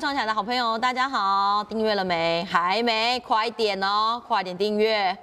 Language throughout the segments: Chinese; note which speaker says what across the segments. Speaker 1: 上台的好朋友，大家好！订阅了没？还没？快点哦，快点订阅！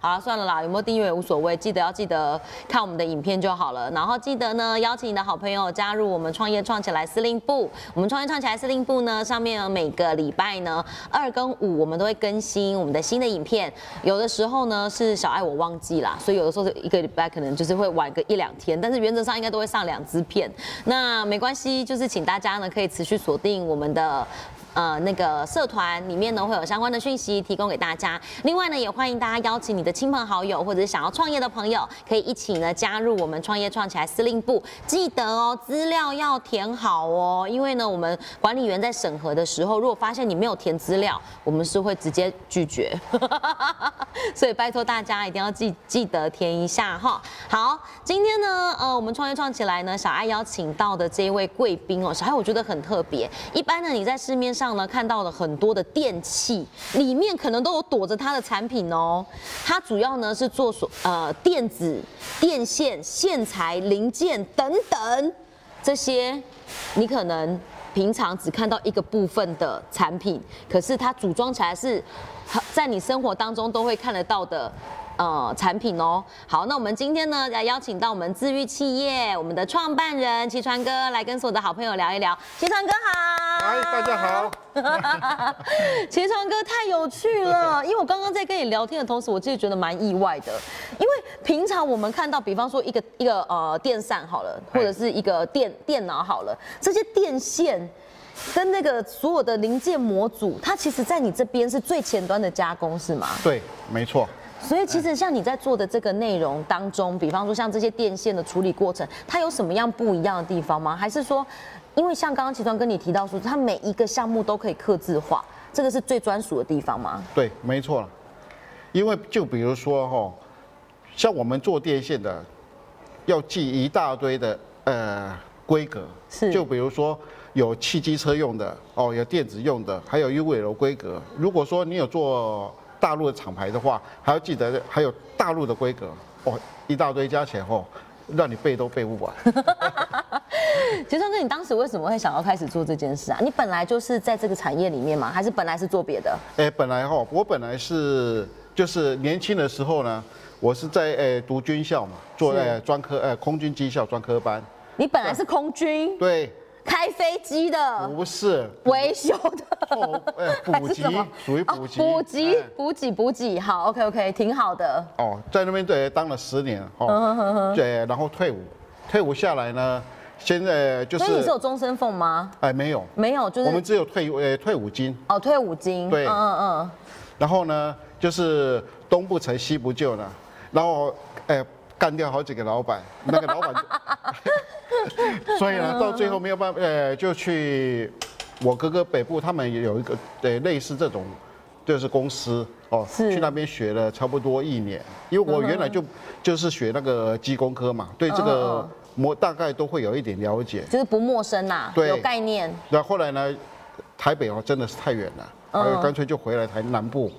Speaker 1: 好了，算了啦，有没有订阅也无所谓，记得要记得看我们的影片就好了。然后记得呢，邀请你的好朋友加入我们创业创起来司令部。我们创业创起来司令部呢，上面呢每个礼拜呢二跟五我们都会更新我们的新的影片。有的时候呢是小爱我忘记啦，所以有的时候一个礼拜可能就是会晚个一两天，但是原则上应该都会上两支片。那没关系，就是请大家呢可以持续锁定我们的。呃，那个社团里面呢会有相关的讯息提供给大家。另外呢，也欢迎大家邀请你的亲朋好友，或者是想要创业的朋友，可以一起呢加入我们创业创起来司令部。记得哦，资料要填好哦，因为呢，我们管理员在审核的时候，如果发现你没有填资料，我们是会直接拒绝。所以拜托大家一定要记记得填一下哈。好，今天呢，呃，我们创业创起来呢，小爱邀请到的这一位贵宾哦，小爱我觉得很特别。一般呢，你在市面上呢看到了很多的电器，里面可能都有躲着它的产品哦。它主要呢是做所呃电子、电线、线材、零件等等这些，你可能。平常只看到一个部分的产品，可是它组装起来是很在你生活当中都会看得到的。呃，产品哦，好，那我们今天呢，来邀请到我们自愈企业我们的创办人齐川哥来跟所有的好朋友聊一聊。齐川哥好，
Speaker 2: 嗨，哎大家好。
Speaker 1: 齐川哥太有趣了，因为我刚刚在跟你聊天的同时，我自己觉得蛮意外的，因为平常我们看到，比方说一个一个呃电扇好了，或者是一个电电脑好了，这些电线。跟那个所有的零件模组，它其实在你这边是最前端的加工，是吗？
Speaker 2: 对，没错，
Speaker 1: 所以其实像你在做的这个内容当中，比方说像这些电线的处理过程，它有什么样不一样的地方吗？还是说，因为像刚刚齐川跟你提到说，它每一个项目都可以刻字化，这个是最专属的地方吗？
Speaker 2: 对，没错了。因为就比如说哈、哦，像我们做电线的，要记一大堆的呃规格，
Speaker 1: 是
Speaker 2: 就比如说有汽机车用的，哦，有电子用的，还有 UVL 规格。如果说你有做大陆的厂牌的话，还要记得还有大陆的规格，哦，一大堆加起来哦，让你背都背不完。
Speaker 1: 齐川哥，你当时为什么会想要开始做这件事啊？你本来就是在这个产业里面吗？还是本来是做别的？
Speaker 2: 哎，本来哈，我本来是就是年轻的时候呢，我是在哎读军校嘛，做
Speaker 1: 是
Speaker 2: 哎专科哎空军技校专科班。
Speaker 1: 你本来是空军，
Speaker 2: 对，
Speaker 1: 开飞机的，
Speaker 2: 不是，
Speaker 1: 维修的。
Speaker 2: 哦，哎，
Speaker 1: 还
Speaker 2: 补
Speaker 1: 是
Speaker 2: 习
Speaker 1: 什么
Speaker 2: 属于
Speaker 1: 哦
Speaker 2: 补习，
Speaker 1: 补级
Speaker 2: 哎，
Speaker 1: 补给，补给，好，OK OK，挺好的。
Speaker 2: 哦，在那边对当了十年
Speaker 1: 嗯
Speaker 2: 哦，对，然后退伍，退伍下来呢，现在就
Speaker 1: 所以你是
Speaker 2: 是
Speaker 1: 有终身俸吗？
Speaker 2: 哎没有，
Speaker 1: 没有，就
Speaker 2: 我们
Speaker 1: 是
Speaker 2: 只有退呃退伍金，
Speaker 1: 哦，退伍金。
Speaker 2: 对
Speaker 1: 嗯嗯
Speaker 2: 然后呢就是东不成西不就呢，然后哎干掉好几个老板，那个老板就， 所以
Speaker 1: 嗯
Speaker 2: 呢到最后没有办法，呃就去我哥哥北部他们也有一个呃类似这种就是公司哦，
Speaker 1: 是嗯
Speaker 2: 去那边学了差不多一年，因为我原来就就是学那个机工科嘛，对这
Speaker 1: 嗯嗯
Speaker 2: 个我大概都会有一点了解
Speaker 1: 嗯，。就是不陌生啦，
Speaker 2: 对
Speaker 1: 有概念。
Speaker 2: 然后后来呢，台北哦真的是太远了，呃
Speaker 1: 嗯
Speaker 2: 干脆就回来台南部，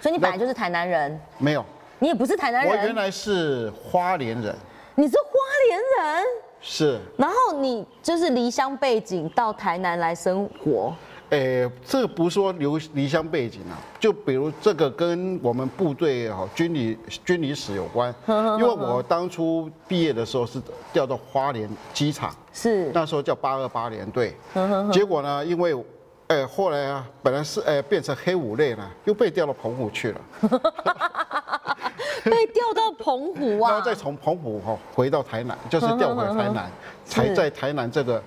Speaker 1: 所以你本来就是台南人，
Speaker 2: 没有。
Speaker 1: 你也不是台南
Speaker 2: 我原
Speaker 1: 人，
Speaker 2: 来是花莲人，
Speaker 1: 你是花莲人，
Speaker 2: 是，
Speaker 1: 然后你就是离乡背景到台南来生活。
Speaker 2: 诶、这个不是说留离乡背景啊，就比如这个跟我们部队哦军旅军旅史有 关，因为我当初毕业的时候是调到花莲机场，
Speaker 1: 是，
Speaker 2: 那时候叫八二八连队，结果呢，因为。哎，后来啊，本来是哎变成黑五类了，又被调到澎湖去了，
Speaker 1: 被调到澎湖
Speaker 2: 然后
Speaker 1: 啊，
Speaker 2: 再从澎湖哈回到台南，就是调回台南，才
Speaker 1: 是
Speaker 2: 在台南这个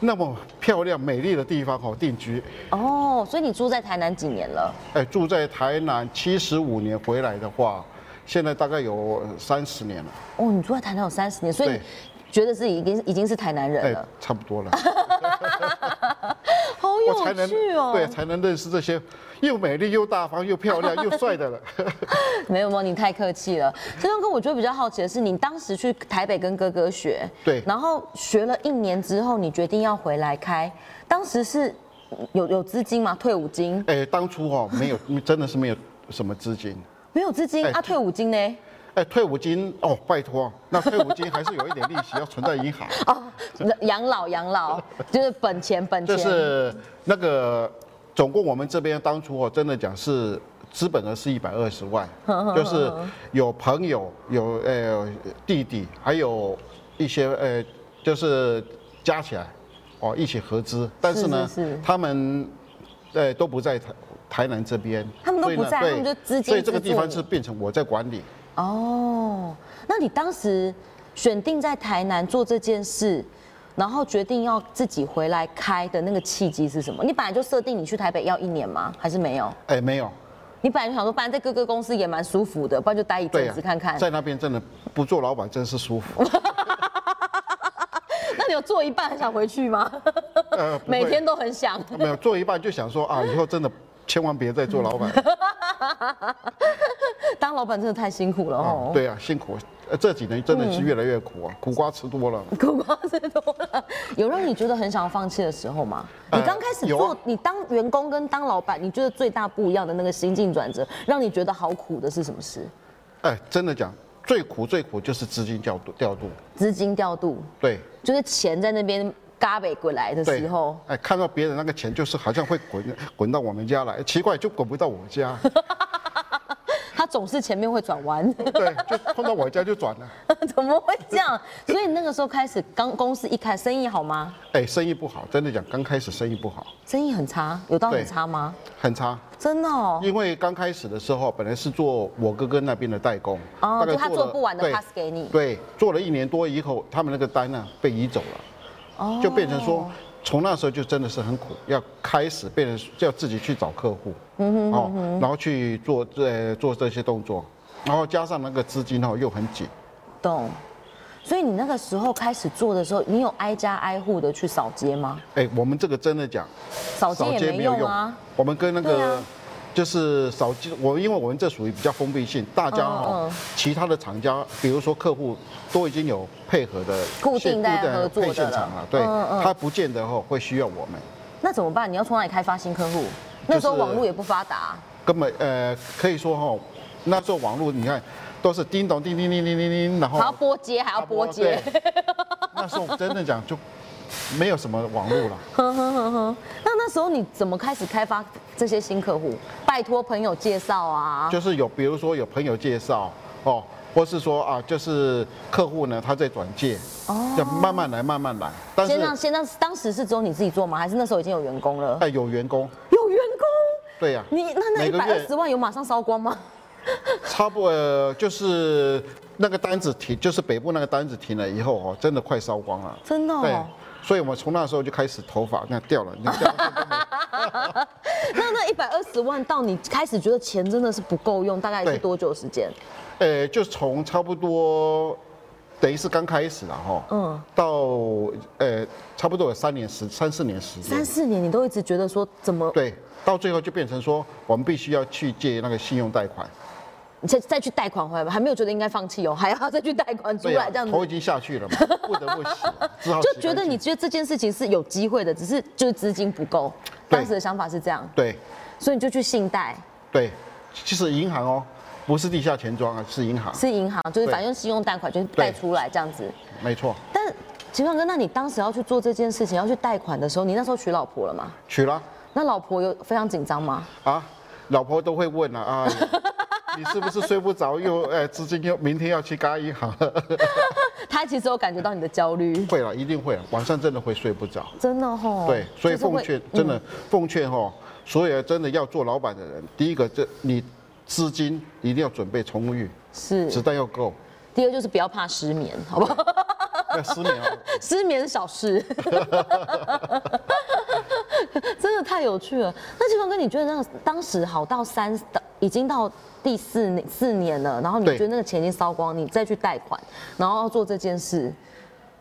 Speaker 2: 那么漂亮美丽的地方哦定居。
Speaker 1: 哦，所以你住在台南几年了？
Speaker 2: 哎，住在台南七十五年回来的话，现在大概有三十年了，
Speaker 1: 哦，你住在台南有三十年，所以你
Speaker 2: 对
Speaker 1: 觉得自己已经已经是台南人
Speaker 2: 哎
Speaker 1: 了，，
Speaker 2: 差不多了，
Speaker 1: 好
Speaker 2: 哎我才
Speaker 1: 有
Speaker 2: 能
Speaker 1: 趣哦。
Speaker 2: 对才能认识这些又美丽又大方又漂亮又帅的人。
Speaker 1: 没有没有，你太客气了。这张哥，我觉得比较好奇的是，你当时去台北跟哥哥学，
Speaker 2: 对
Speaker 1: 然后学了一年之后，你决定要回来开，当时是有有资金吗？退伍金
Speaker 2: 哎，当初哦没有，真的是没有什么资金。
Speaker 1: 没有资金
Speaker 2: 哎
Speaker 1: 啊？退伍金呢？
Speaker 2: 哎，退伍金哦，拜托，那退伍金还是有一点利息要存在银行，
Speaker 1: 哦，养老养 老就是本钱本
Speaker 2: 这
Speaker 1: 钱，
Speaker 2: 是那个总共我们这边当初我哦真的讲是资本额是一百二十 万，就是有朋友有呃弟弟，还有一些呃就是加起来哦一起合资，但是呢
Speaker 1: 是是是
Speaker 2: 他们呃都不在台台南这边，
Speaker 1: 他们都
Speaker 2: 所以呢
Speaker 1: 不在
Speaker 2: 对
Speaker 1: 他们就资金
Speaker 2: 所以这个
Speaker 1: 资助
Speaker 2: 地方
Speaker 1: 你
Speaker 2: 是变成我在管理。
Speaker 1: 哦，那你当时选定在台南做这件事，然后决定要自己回来开的那个契机是什么？你本来就设定你去台北要一年吗？还是没有？
Speaker 2: 哎，没有，
Speaker 1: 你本来就想说，不然在各个公司也蛮舒服的，不然就待一
Speaker 2: 对
Speaker 1: 阵
Speaker 2: 呀、
Speaker 1: 子看看。
Speaker 2: 在那边真的不做老板真是 舒服。
Speaker 1: 那你有做一半还想回去吗？
Speaker 2: 呃，不会
Speaker 1: 每天都很想。
Speaker 2: 没有做一半就想说 啊，以后真的千万别再做老板。
Speaker 1: 当老板真的太辛苦了哦嗯
Speaker 2: 啊。。对啊，辛苦，呃这几年真的是越来越苦啊，苦瓜吃多了。
Speaker 1: 苦瓜吃多了，有让你觉得很想要放弃的时候吗？你
Speaker 2: 呃
Speaker 1: 刚开始
Speaker 2: 有
Speaker 1: 做，
Speaker 2: 啊
Speaker 1: 你当员工跟当老板，你觉得最大不一样的那个心境转折，让你觉得好苦的是什么事？
Speaker 2: 哎，真的讲，最苦最苦就是资金调度调度，
Speaker 1: 资金调度，
Speaker 2: 对
Speaker 1: 就是钱在那边嘎北滚来的
Speaker 2: 对
Speaker 1: 时候，。
Speaker 2: 哎，看到别人那个钱就是好像会滚滚到我们家来，奇怪就滚不到我 家，
Speaker 1: 他总是前面会转弯，
Speaker 2: 对，就碰到我家就转了。
Speaker 1: 怎么会这样？所以那个时候开始，刚公司一开，生意好吗？
Speaker 2: 哎，生意不好，真的讲，刚开始生意不好，
Speaker 1: 生意很差，有到很
Speaker 2: 对
Speaker 1: 差吗？
Speaker 2: 很差。
Speaker 1: 真的哦，
Speaker 2: 因为刚开始的时候，本来是做我哥哥那边的代工，
Speaker 1: 哦
Speaker 2: 大概
Speaker 1: 就他做
Speaker 2: 了
Speaker 1: 不完的
Speaker 2: 对
Speaker 1: pass 给你
Speaker 2: 对，做了一年多以后，他们那个单呢、被移走了，
Speaker 1: 哦
Speaker 2: 就变成说，从那时候就真的是很苦，要开始变成要自己去找客户，
Speaker 1: 嗯
Speaker 2: 哦，然后去做这做这些动作，然后加上那个资金哦又很紧，
Speaker 1: 懂。所以你那个时候开始做的时候，你有挨家挨户的去扫街吗？
Speaker 2: 哎，我们这个真的讲，
Speaker 1: 扫街也没用啊。
Speaker 2: 我们跟那
Speaker 1: 对
Speaker 2: 个
Speaker 1: 啊
Speaker 2: 就是扫街，我因为我们这属于比较封闭性，大家
Speaker 1: 嗯
Speaker 2: 哈
Speaker 1: 嗯，
Speaker 2: 其他的厂家，比如说客户都已经有配合的
Speaker 1: 固定在
Speaker 2: 固定
Speaker 1: 合作的
Speaker 2: 配现场
Speaker 1: 了
Speaker 2: 了，对
Speaker 1: 嗯嗯，
Speaker 2: 他不见得哈会需要我们，
Speaker 1: 那怎么办？你要从哪里开发新客户？那时候
Speaker 2: 就是
Speaker 1: 网络也不发达啊、
Speaker 2: 根本呃可以说哈，那时候网络你看都是叮咚叮叮叮叮叮叮，然后
Speaker 1: 还要拨接，还要拨接。
Speaker 2: 对那时候真的讲就没有什么网络了。
Speaker 1: 呵呵呵呵。 那那时候你怎么开始开发这些新客户？拜托朋友介绍啊。
Speaker 2: 就是有，比如说有朋友介绍哦，或是说啊，就是客户呢他在转介，要慢慢来，慢慢来。但是
Speaker 1: 哦先让先让，当时是只有你自己做吗？还是那时候已经有员工了？
Speaker 2: 哎，有员工，
Speaker 1: 有员工。
Speaker 2: 对呀、
Speaker 1: 你那那一
Speaker 2: 每个
Speaker 1: 百二
Speaker 2: 月
Speaker 1: 十万有马上烧光吗？
Speaker 2: 差不多、呃就是那个单子停，就是北部那个单子停了以后哦，真的快烧光了。
Speaker 1: 真的、
Speaker 2: 对
Speaker 1: 哦。，
Speaker 2: 所以我们从那时候就开始头发那掉了，那掉 了
Speaker 1: 那那一百二十万到你开始觉得钱真的是不够用，大概是
Speaker 2: 对
Speaker 1: 多久时间？
Speaker 2: 呃，就从差不多。等于是刚开始了哈，
Speaker 1: 嗯
Speaker 2: 嗯，到呃差不多有三年时三四年时间，
Speaker 1: 三四年你都一直觉得说怎么
Speaker 2: 对，到最后就变成说，我们必须要去借那个信用贷款，
Speaker 1: 你再再去贷款回来吧，还没有觉得应该放弃哦，还要再去贷款出
Speaker 2: 对啊
Speaker 1: 来这样子
Speaker 2: 头已，经下去了嘛，不得不洗，只好洗
Speaker 1: 就觉得
Speaker 2: 干
Speaker 1: 你
Speaker 2: 净
Speaker 1: 觉得这件事情是有机会的，只是就是资金不够，
Speaker 2: 对
Speaker 1: 当时的想法是这样，
Speaker 2: 对
Speaker 1: 所以你就去信贷，
Speaker 2: 对，其实银行哦，不是地下钱庄啊，是银行，
Speaker 1: 是银行，就是
Speaker 2: 对
Speaker 1: 反正信用贷款就是贷出来这样子。
Speaker 2: 没错，
Speaker 1: 但秦创哥，那你当时要去做这件事情，要去贷款的时候，你那时候娶老婆了吗？
Speaker 2: 取了
Speaker 1: 那老婆有非常紧张吗？
Speaker 2: 啊，老婆都会问了啊。 哎呀你是不是睡不着？又呃，资金又明天要去嘎银行了？
Speaker 1: 她其实有感觉到你的焦虑，
Speaker 2: 会了，一定会了。啊晚上真的会睡不着。
Speaker 1: 真的吼。
Speaker 2: 对，所以
Speaker 1: 哦就是会嗯
Speaker 2: 奉劝真的奉劝哈，所有真的要做老板的人，第一个，这你资金一定要准备充裕，子
Speaker 1: 是。
Speaker 2: 弹 要够，
Speaker 1: 第二就是不要怕失眠，好不好？
Speaker 2: 要失眠哦。
Speaker 1: 失眠小事， 真的太有趣了。那金峰哥，你觉得那个当时好到三，已经到第四年四年了，然后你
Speaker 2: 对
Speaker 1: 觉得那个钱已经烧光，你再去贷款，然后要做这件事，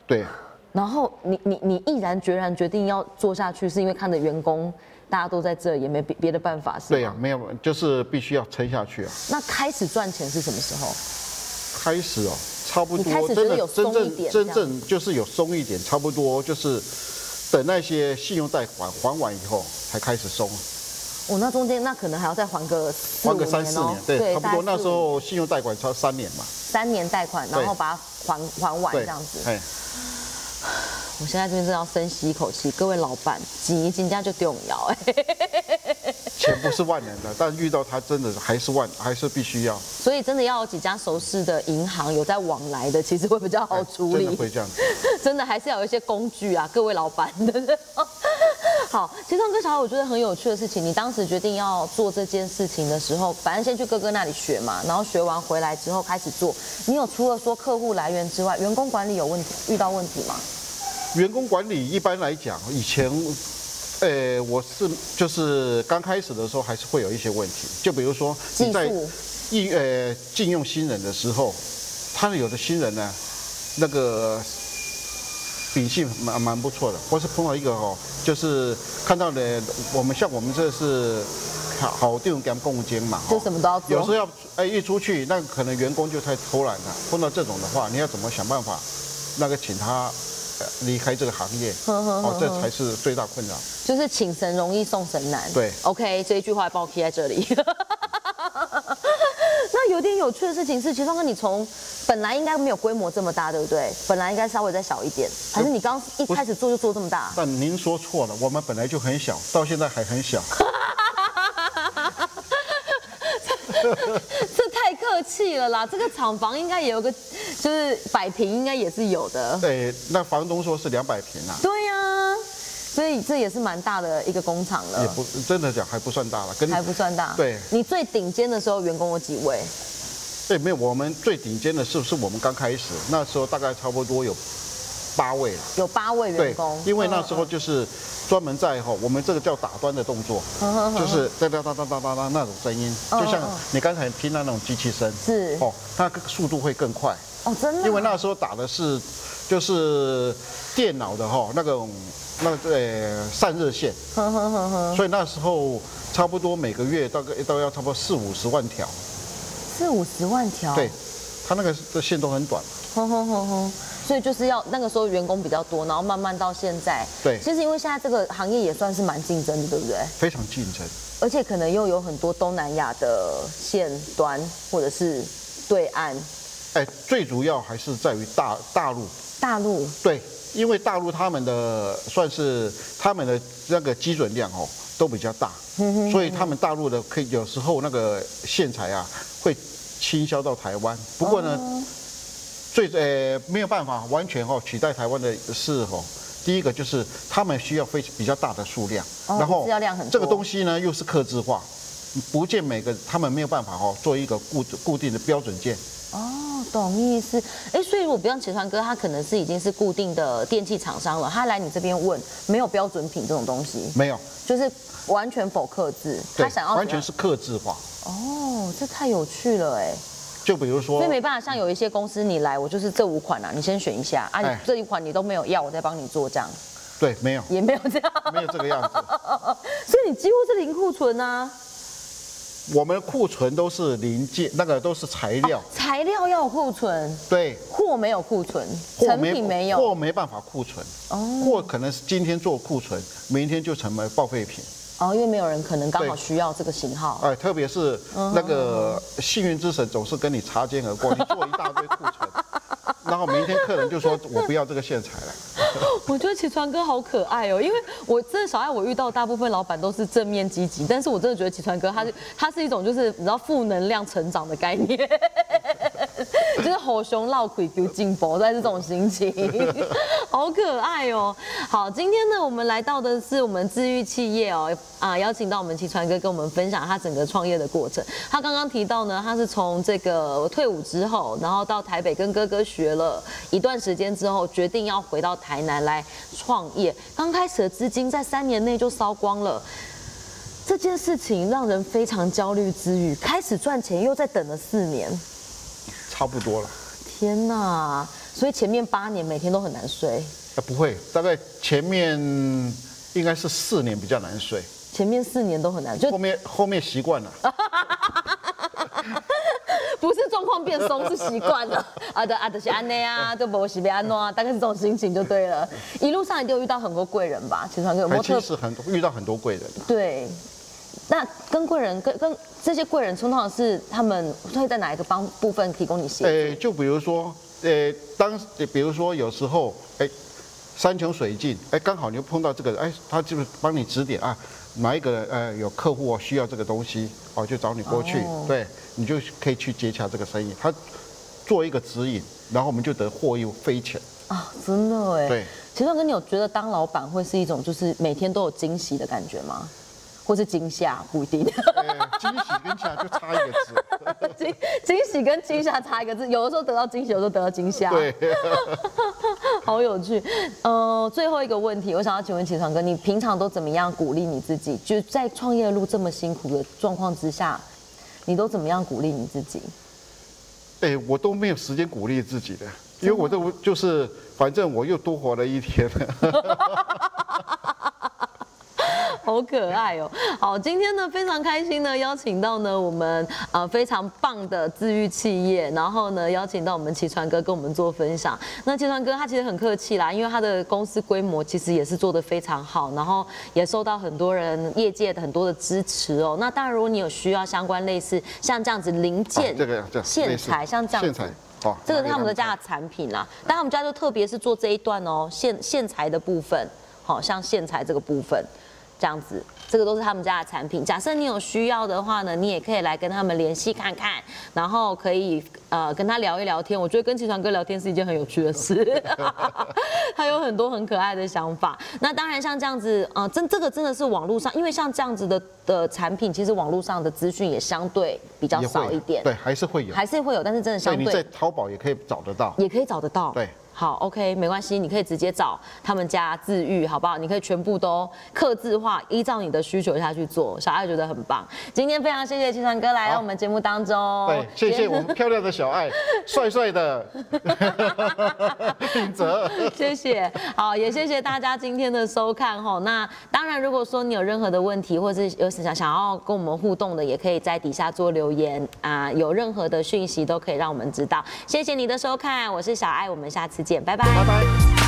Speaker 2: 对，
Speaker 1: 然后你你你毅然决然决定要做下去，是因为看着员工大家都在这，也没别别的办法，是吗
Speaker 2: 对呀、没有，就是必须要撑下去啊。
Speaker 1: 那开始赚钱是什么时候？
Speaker 2: 开始哦，差不
Speaker 1: 你开
Speaker 2: 多
Speaker 1: 始觉
Speaker 2: 真
Speaker 1: 得有
Speaker 2: 的真
Speaker 1: 松一
Speaker 2: 正
Speaker 1: 点
Speaker 2: 真
Speaker 1: 这样
Speaker 2: 正就是有松一点，差不多就是等那些信用贷款还完以后才开始松。
Speaker 1: 哦，那中间那可能还要再还个四
Speaker 2: 还
Speaker 1: 五
Speaker 2: 个三四
Speaker 1: 哦
Speaker 2: 年，对，差
Speaker 1: 大
Speaker 2: 不
Speaker 1: 概
Speaker 2: 多那
Speaker 1: 四
Speaker 2: 时
Speaker 1: 五
Speaker 2: 候信用贷款差三年嘛，
Speaker 1: 三年贷款，然
Speaker 2: 对
Speaker 1: 后把它还还啊完这
Speaker 2: 对
Speaker 1: 样子，。
Speaker 2: 哎，
Speaker 1: 我现在这边真的要深吸一口气，各位老板， 几斤家就动摇哎，
Speaker 2: 钱不是万能的，但遇到它真的还是万，还是必须要，
Speaker 1: 所以真的要有几家熟识的银行有在往来的，其实会比较好
Speaker 2: 哎
Speaker 1: 处理。
Speaker 2: 真的会这样子。
Speaker 1: 真的还是要有一些工具啊，各位老板。好，其实上跟小海我觉得很有趣的事情，你当时决定要做这件事情的时候，反正先去哥哥那里学嘛，然后学完回来之后开始做。你有除了说客户来源之外，员工管理有问题，遇到问题吗？
Speaker 2: 员工管理一般来讲，以前，呃，我是就是刚开始的时候还是会有一些问题，就比如说
Speaker 1: 技
Speaker 2: 你在
Speaker 1: 术
Speaker 2: 应呃禁用新人的时候，他们有的新人呢，那个秉性蛮蛮不错的，或是碰到一个哦，就是看到的我们像我们这是好好定跟共间嘛，
Speaker 1: 就
Speaker 2: 哦
Speaker 1: 什么都要
Speaker 2: 有时候
Speaker 1: 做，
Speaker 2: 要哎一出去，那可能员工就太偷懒了。碰到这种的话，你要怎么想办法，那个请他呃离开这个行 业？
Speaker 1: 呵呵呵
Speaker 2: 哦，这才是最大困扰。
Speaker 1: 就是请神容易送神难。
Speaker 2: 对
Speaker 1: ，OK，这一句话帮我贴在这里。 那有点有趣的事情是，其实跟你从本来应该没有规模这么大，对不对？本来应该稍微再小一点，还是你刚一开始做就做这么大、
Speaker 2: 但您说错了，我们本来就很小，到现在还很 小。
Speaker 1: 这太客气了啦，这个厂房应该也有个，就是摆平应该也是有的。
Speaker 2: 对，那房东说是两百平啊，
Speaker 1: 对呀、所以这也是蛮大的一个工厂
Speaker 2: 也
Speaker 1: 了，
Speaker 2: 不嗯真的讲还不算大了，跟
Speaker 1: 还不算大。
Speaker 2: 对
Speaker 1: 你最顶尖的时候员工有几位？
Speaker 2: 对哎没有我们最顶尖的是不是我们刚开始那时候大概差不多有八位了。
Speaker 1: 有八位员
Speaker 2: 对
Speaker 1: 工，，
Speaker 2: 因为那时候就是专门在吼，我们这个叫打端的动作，
Speaker 1: 嗯
Speaker 2: 就是哒哒哒哒哒哒哒那种声音，
Speaker 1: 嗯
Speaker 2: 就像
Speaker 1: 嗯嗯
Speaker 2: 你刚才听到那种机器声，
Speaker 1: 是
Speaker 2: 哦，它速度会更快，
Speaker 1: 哦，真的啊，
Speaker 2: 因为那时候打的是就是电脑的哈那种那个呃散热线，
Speaker 1: 呵呵呵呵，
Speaker 2: 所以那时候差不多每个月大概都要差不多四五十万条，
Speaker 1: 哦四五十万条，
Speaker 2: 对，，它那个的线都很短，
Speaker 1: 哼哼哼哼，所以就是要那个时候员工比较多，然后慢慢到现在，
Speaker 2: 对
Speaker 1: 其实因为现在这个行业也算是蛮竞争的，对不对？
Speaker 2: 非常竞争。
Speaker 1: 而且可能又有很多东南亚的线端或者是对岸
Speaker 2: 哎，最主要还是在于大大陆
Speaker 1: 大陆，
Speaker 2: 对，因为大陆他们的算是他们的那个基准量哦都比较大，
Speaker 1: 嗯
Speaker 2: 所以他们大陆的可以有时候那个线材啊会倾销到台湾。不过呢，
Speaker 1: 哦
Speaker 2: 最呃没有办法完全哦取代台湾的是哦。第一个就是他们需要非比较大的数量，
Speaker 1: 哦资料量很多
Speaker 2: 这个东西呢又是刻字化，不见每个他们没有办法哦做一个固固定的标准件，
Speaker 1: 哦，懂意思。哎，所以如果不像铁川哥，他可能是已经是固定的电器厂商了，他来你这边问，没有标准品这种东西，
Speaker 2: 没有，
Speaker 1: 就是完全否克制，
Speaker 2: 对
Speaker 1: 他想，要
Speaker 2: 完全
Speaker 1: 怎
Speaker 2: 是刻字化。
Speaker 1: 么样哦，这太有趣了哎。
Speaker 2: 就比如说，
Speaker 1: 所以没办法，像有一些公司你来，我就是这五款啊，你先选一下啊，
Speaker 2: 哎
Speaker 1: 你这一款你都没有要，我再帮你做这样，
Speaker 2: 对，没有，
Speaker 1: 也没有这样，
Speaker 2: 没有这个样子。
Speaker 1: 所以你几乎是零库存啊，
Speaker 2: 我们库存都是零件，那个都是材料，
Speaker 1: 材料要有库存，
Speaker 2: 对，
Speaker 1: 货没有库存，
Speaker 2: 货
Speaker 1: 成品没有，
Speaker 2: 货没办法库存，
Speaker 1: 哦
Speaker 2: 货可能是今天做库存，明天就成为报废品。
Speaker 1: 哦，因为没有人可能刚好
Speaker 2: 对
Speaker 1: 需要这个型号，
Speaker 2: 哎，特别是
Speaker 1: 嗯
Speaker 2: 那个幸运之神总是跟你擦肩而过，你做一大堆库 存，然后明天客人就说我不要这个线材了。
Speaker 1: 我觉得齐川哥好可爱哦，因为我真的小爱，我遇到大部分老板都是正面积极，但是我真的觉得齐川哥他是他是一种就是你知道负能量成长的概念， 就是吼熊闹鬼丢进博，但是这种心情，好可爱哦。好，今天呢我们来到的是我们治愈企业哦啊，邀请到我们齐川哥跟我们分享他整个创业的过程。他刚刚提到呢，他是从这个退伍之后，然后到台北跟哥哥学了一段时间之后，决定要回到台南来创业。刚开始的资金在三年内就烧光了。这件事情让人非常焦虑之余，开始赚钱又再等了四年，
Speaker 2: 差不多了，
Speaker 1: 天呐！所以前面八年每天都很难睡，
Speaker 2: 哎不会，大概前面应该是四年比较难睡，
Speaker 1: 前面四年都很难，就
Speaker 2: 后面后面习惯了。
Speaker 1: 啊不是状况变松，是习惯 了。啊的啊的是安内啊，就不是被安诺啊，大概是这种心情就对了。一路上一定有遇到很多贵人吧？其实很有没
Speaker 2: 还
Speaker 1: 有
Speaker 2: 其
Speaker 1: 特
Speaker 2: 实很多遇到很多贵人的，
Speaker 1: 对？那跟贵人跟跟这些贵人通常是他们会在哪一个帮部分提供你协助？
Speaker 2: 呃，就比如说，呃，当呃比如说有时候，哎，山穷水尽，哎，刚好你就碰到这个人，哎，他就是帮你指点啊，哪一个呃有客户哦需要这个东西，哦就找你过去，
Speaker 1: 哦
Speaker 2: 对你就可以去接洽这个生意，他做一个指引，然后我们就得获益匪浅。
Speaker 1: 啊，真的哎。
Speaker 2: 对。
Speaker 1: 其实哥，你有觉得当老板会是一种就是每天都有惊喜的感觉吗？或是惊吓不一定，
Speaker 2: 呃惊喜跟下就差一个 字，
Speaker 1: 惊惊喜跟惊吓差一个字，有的时候得到惊喜，有的时候得到惊吓，
Speaker 2: 对。
Speaker 1: 好有趣。呃，最后一个问题，我想要请问秦爽哥，你平常都怎么样鼓励你自己？就在创业路这么辛苦的状况之下，你都怎么样鼓励你自己？
Speaker 2: 哎、我都没有时间鼓励自己的，因为我都就是，反正我又多活了一天了。
Speaker 1: 好可爱哦！好，今天呢非常开心呢，邀请到呢我们呃非常棒的自愈企业，然后呢邀请到我们齐川哥跟我们做分享。那齐川哥他其实很客气啦，因为他的公司规模其实也是做得非常好，然后也受到很多人业界的很多的支持哦。那当然，如果你有需要相关类似像这样子零件、
Speaker 2: 这个这样
Speaker 1: 线
Speaker 2: 类似
Speaker 1: 材像这样
Speaker 2: 线
Speaker 1: 子
Speaker 2: 材。哦好，
Speaker 1: 这个是
Speaker 2: 拿给
Speaker 1: 他们的家
Speaker 2: 看
Speaker 1: 的产品啦，但他们家就特别是做这一段哦，线线材的部分，好、像线材这个部分，这样子，这个都是他们家的产品。假设你有需要的话呢，你也可以来跟他们联系看看，然后可以呃跟他聊一聊天。我觉得跟齐传哥聊天是一件很有趣的事， 他有很多很可爱的想法。那当然像这样子，呃，真这个真的是网络上，因为像这样子的的产品，其实网络上的资讯也相对比较
Speaker 2: 也会
Speaker 1: 少一点，
Speaker 2: 对，还是会有。
Speaker 1: 还是会有，但是真的
Speaker 2: 所以
Speaker 1: 相
Speaker 2: 你
Speaker 1: 对
Speaker 2: 在淘宝也可以找得到。
Speaker 1: 也可以找得到。
Speaker 2: 对，
Speaker 1: 好，OK，没关系，你可以直接找他们家自愈，好不好？你可以全部都刻字化，依照你的需求下去做。小爱觉得很棒，今天非常谢谢青川哥来到
Speaker 2: 好
Speaker 1: 我们节目当中。
Speaker 2: 对，谢谢我们漂亮的小爱，帅帅的秉哲。
Speaker 1: 谢谢，好，也谢谢大家今天的收看吼。那当然，如果说你有任何的问题，或者是有想想要跟我们互动的，也可以在底下做留言啊、有任何的讯息都可以让我们知道。谢谢你的收看，我是小爱，我们下次见，拜拜
Speaker 2: 拜拜。